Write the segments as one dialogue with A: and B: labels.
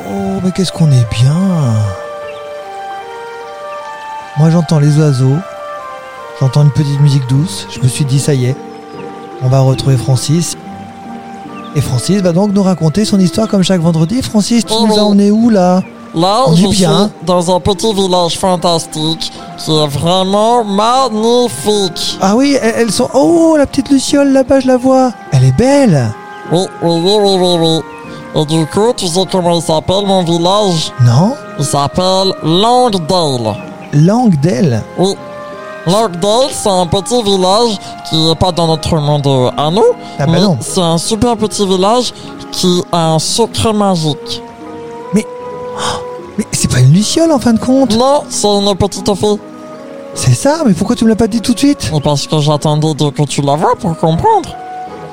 A: Oh, mais qu'est-ce qu'on est bien Moi, j'entends les oiseaux, j'entends une petite musique douce. Je me suis dit, ça y est, on va retrouver Francis. Et Francis va donc nous raconter son histoire comme chaque vendredi. Francis, tu
B: Oh
A: nous
B: oui.
A: as emmenés où là
B: Là,
A: On est
B: je
A: bien.
B: suis dans un petit village fantastique qui est vraiment magnifique.
A: Ah oui, elles elles sont. Oh, la petite Luciole là-bas, je la vois. Elle est belle.
B: Oui, oui, oui, oui, oui, oui. oh, Et du coup, tu sais comment il s'appelle mon village
A: Non
B: Il s'appelle Langdale.
A: Langue d'elle.
B: Oui. Langdale, c'est un petit village qui n'est pas dans notre monde à nous.
A: Ah bah
B: mais
A: non.
B: C'est un super petit village qui a un secret magique.
A: Mais c'est pas une Luciole en fin de compte
B: Non, c'est une petite fille. Oh.
A: C'est ça, mais pourquoi tu me l'as pas dit tout de suite
B: Et parce que j'attendais de- que tu la vois pour comprendre.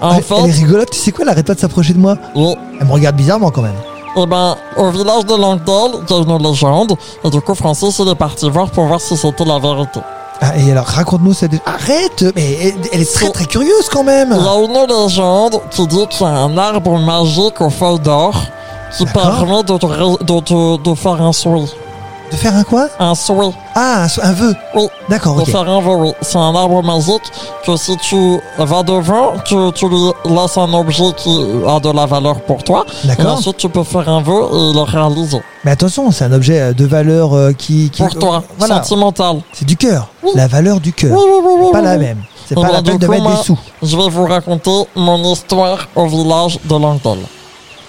B: En
A: elle, elle est
B: fait, oh,
A: rigolote, tu sais quoi, elle arrête pas de s'approcher de moi.
B: oui.
A: Elle me regarde bizarrement quand même.
B: Eh ben, au village de Langdale, il y a une légende, et du coup, Francis, il est parti voir pour voir si c'était la vérité.
A: Ah, et alors, raconte-nous cette. Arrête Mais elle, elle est très
B: Oh.
A: très curieuse quand même
B: Il y a une légende qui dit qu'il y a un arbre magique aux feuilles d'or qui
A: D'accord.
B: permet de, te ré- de, te- de faire un souhait.
A: De faire un quoi
B: Un souhait,
A: Ah, un, so- un vœu
B: oui.
A: D'accord,
B: De
A: ok.
B: faire un vœu, oui. C'est un arbre magique que si tu vas devant, tu, tu lui laisses un objet qui a de la valeur pour toi. Et
A: D'accord.
B: ensuite, tu peux faire un vœu et le réaliser.
A: Mais attention, c'est un objet euh, de valeur euh, qui, qui-
B: Pour toi,
A: Voilà,
B: sentimental.
A: c'est du cœur.
B: Oui.
A: La valeur du cœur.
B: Oui, oui, oui, oui,
A: Pas
B: oui,
A: la
B: oui.
A: même. C'est
B: Eh
A: pas la
B: ben,
A: peine de
B: donc,
A: mettre
B: moi,
A: des sous.
B: Je vais vous raconter mon histoire au village de Langdale.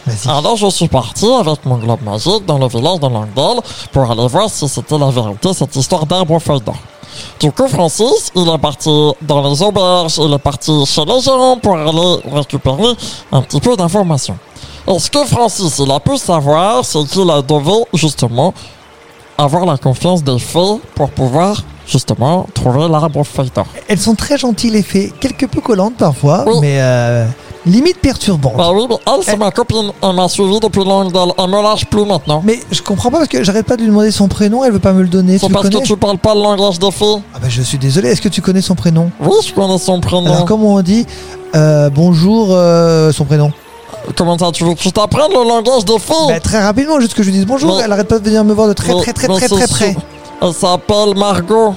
A: Vas-y.
B: Alors je suis parti avec mon globe magique dans le village de Langdale pour aller voir si c'était la vérité cette histoire d'arbre aux feuilles d'or. Du coup Francis, il est parti dans les auberges, il est parti chez les gens pour aller récupérer un petit peu d'informations. Et ce que Francis il a pu savoir, c'est qu'il a devait justement avoir la confiance des fées pour pouvoir justement trouver l'arbre aux feuilles d'or.
A: Elles sont très gentilles, les fées. Quelque peu collantes parfois,
B: Oui.
A: mais euh, limite perturbantes.
B: Bah oui, mais elle, c'est ma copine. Elle m'a suivi depuis Langdale. Elle me lâche plus maintenant.
A: Mais je comprends pas parce que j'arrête pas de lui demander son prénom, elle veut pas me le donner. Tu
B: C'est
A: le
B: parce
A: connais
B: que tu parles pas le langage des filles.
A: Ah bah je suis désolé, est-ce que tu connais son prénom
B: Oui, je connais son prénom.
A: Alors comment on dit euh, bonjour euh, son prénom
B: Comment ça, tu veux que je t'apprenne le langage des filles
A: Bah, Très rapidement, juste que je lui dise bonjour,
B: Mais-
A: elle arrête pas de venir me voir de très
B: Mais-
A: très très
B: mais
A: très
B: c'est
A: très
B: sûr.
A: près.
B: Elle s'appelle Margot.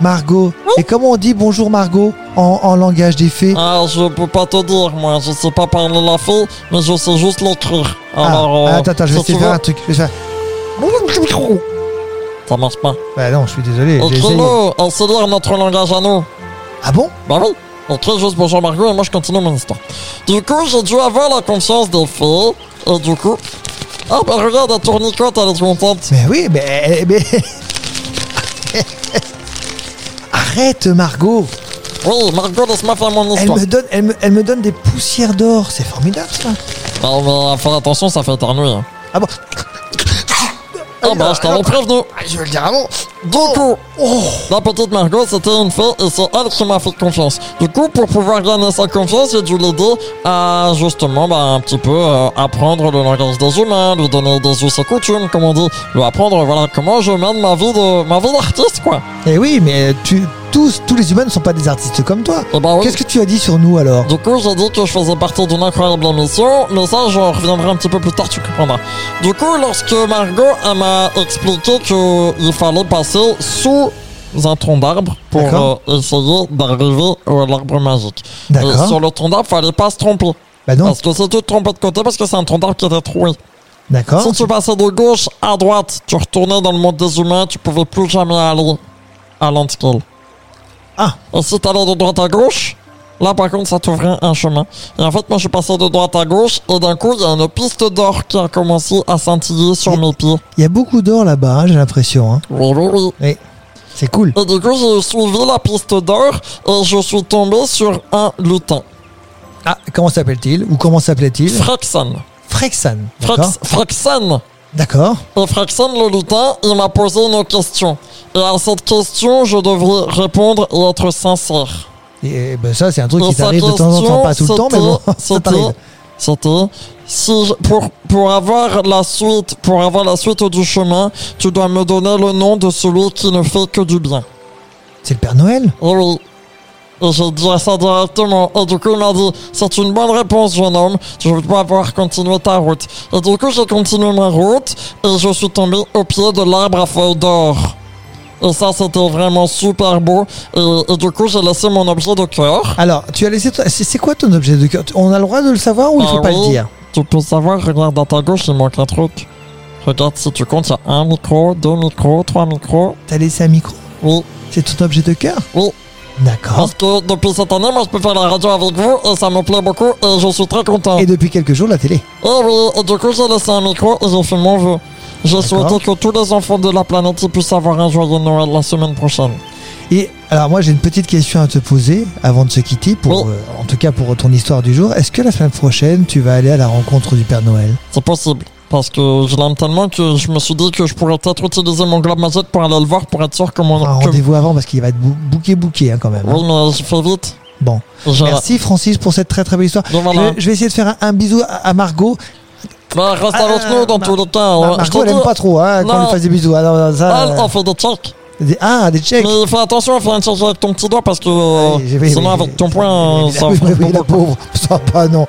A: Margot. Et comment on dit bonjour Margot en, en langage des fées
B: Ah, je peux pas te dire, moi. Je sais pas parler la fille, mais je sais juste l'écrire.
A: Ah,
B: Alors, euh,
A: attends, attends, je vais
B: si tu
A: essayer de faire un
B: veux-
A: truc. Je vais faire-
B: Ça marche pas.
A: Bah non, je suis désolé. j'ai essayé.
B: Écris-nous. Elle sait lire notre langage à nous.
A: Ah bon
B: Bah oui. Ok, juste bonjour Margot et moi je continue mon histoire. Du coup, j'ai dû avoir la confiance des filles. Et du coup. Ah bah regarde, la tournicote, elle est contente.
A: Mais oui, mais... mais- Arrête Margot
B: Oui, Margot, laisse-moi faire mon
A: Elle
B: histoire.
A: me donne, elle me, elle me donne des poussières d'or, c'est formidable ça.
B: Ah mais faire attention, ça fait éternuer. hein.
A: Ah bon
B: Ah bah je t'avais prévenu.
A: Ah, Je vais le dire avant.
B: Du coup, la petite Margot, c'était une fille et c'est elle qui m'a fait confiance. Du coup, pour pouvoir gagner sa confiance, j'ai dû l'aider à justement bah, un petit peu euh, apprendre le langage des humains, lui donner des us et coutumes, comme on dit, lui apprendre voilà comment je mène ma vie de ma vie d'artiste quoi.
A: Eh oui, mais tu, tous, tous les humains ne sont pas des artistes comme toi.
B: Eh ben oui.
A: Qu'est-ce que tu as dit sur nous alors
B: Du coup, j'ai dit que je faisais partie d'une incroyable émission, mais ça, j'en reviendrai un petit peu plus tard, tu comprendras. Du coup, lorsque Margot elle m'a expliqué qu'il fallait passer sous un tronc d'arbre pour
A: D'accord.
B: euh, essayer d'arriver à l'arbre magique.
A: D'accord.
B: Et sur le tronc d'arbre, fallait pas se tromper.
A: Bah non,
B: Parce que si tu te trompais de côté, parce que c'est un tronc d'arbre qui était troué.
A: d'accord.
B: Si tu passais de gauche à droite, tu retournais dans le monde des humains, tu pouvais plus jamais aller à l'antiquille.
A: Ah,
B: Et si t'allais de droite à gauche, là par contre ça t'ouvrait un chemin. Et en fait moi je suis passé de droite à gauche et d'un coup il y a une piste d'or qui a commencé à scintiller sur mes pieds.
A: il y a beaucoup d'or là-bas, hein, j'ai l'impression. hein.
B: Oui oui oui.
A: Oui, c'est cool.
B: Et du coup j'ai suivi la piste d'or et je suis tombé sur un lutin.
A: Ah, comment s'appelle-t-il Ou comment s'appelait-il
B: Fraxan.
A: Frexan. D'accord.
B: Frax- Fraxan.
A: D'accord.
B: Et Fraxan le lutin il m'a posé une question. Et à cette question je devrais répondre et être sincère.
A: Et eh ben, ça, c'est un truc
B: Et
A: qui
B: sa
A: t'arrive de temps en temps,
B: question,
A: pas tout le temps, mais bon,
B: c'était-
A: ça t'arrive.
B: C'était, c'était, si je- pour, pour avoir la suite, pour avoir la suite du chemin, tu dois me donner le nom de celui qui ne fait que du bien.
A: C'est le Père Noël
B: Eh oui. Et j'ai dit ça directement. Et du coup, il m'a dit C'est une bonne réponse, jeune homme. Tu dois avoir continué ta route. Et du coup, j'ai continué ma route et je suis tombé au pied de l'arbre à feuilles d'or. Et ça, c'était vraiment super beau. Et, et du coup, j'ai laissé mon objet de cœur.
A: Alors, tu as laissé. ton- C'est c'est quoi ton objet de cœur Tu- On a le droit de le savoir ou il faut
B: Ah
A: pas
B: oui.
A: le dire
B: Tu peux savoir, regarde à ta gauche, il manque un truc. Regarde si tu comptes, il y a un micro, deux micros, trois micros.
A: T'as laissé un micro
B: Oui,
A: C'est ton objet de cœur
B: oui.
A: D'accord.
B: Parce que depuis cette année, moi, je peux faire la radio avec vous et ça me plaît beaucoup et je suis très content.
A: Et depuis quelques jours, la télé.
B: Eh oui, et du coup, j'ai laissé un micro et j'ai fait mon vœu. J'ai souhaité que tous les enfants de la planète y puissent avoir un joyeux Noël la semaine prochaine.
A: Et alors, moi, j'ai une petite question à te poser avant de se quitter, pour,
B: Oui.
A: euh, en tout cas pour ton histoire du jour. Est-ce que la semaine prochaine, tu vas aller à la rencontre du Père Noël
B: C'est possible. Parce que je l'aime tellement que je me suis dit que je pourrais peut-être utiliser mon globe magique pour aller le voir pour être sûr que mon.
A: Un
B: que-
A: Ah, rendez-vous avant parce qu'il va être bou- bouqué-bouqué hein, quand même.
B: Oui, mais je fais vite.
A: Bon.
B: Je-
A: Merci Francis pour cette très très belle histoire.
B: Donc voilà.
A: Je, je vais essayer de faire un, un bisou à, à Margot.
B: Bah, reste
A: Ah,
B: avec nous dans
A: Mar-
B: tous les cas.
A: Mar-
B: ouais. Oh, Je
A: Margot,
B: te
A: elle aime
B: dis,
A: pas trop hein, quand
B: Non. oh.
A: on lui fasse des bisous. Ah, non, non, ça,
B: elle,
A: euh,
B: on fait des checks.
A: des- ah, des checks.
B: Mais fais attention à faire une check avec ton petit doigt parce que euh,
A: Allez, j'ai- oui,
B: sinon,
A: oui,
B: avec ton
A: oui,
B: poing,
A: oui,
B: ça.
A: oui, oui, la pauvre. Sympa, non.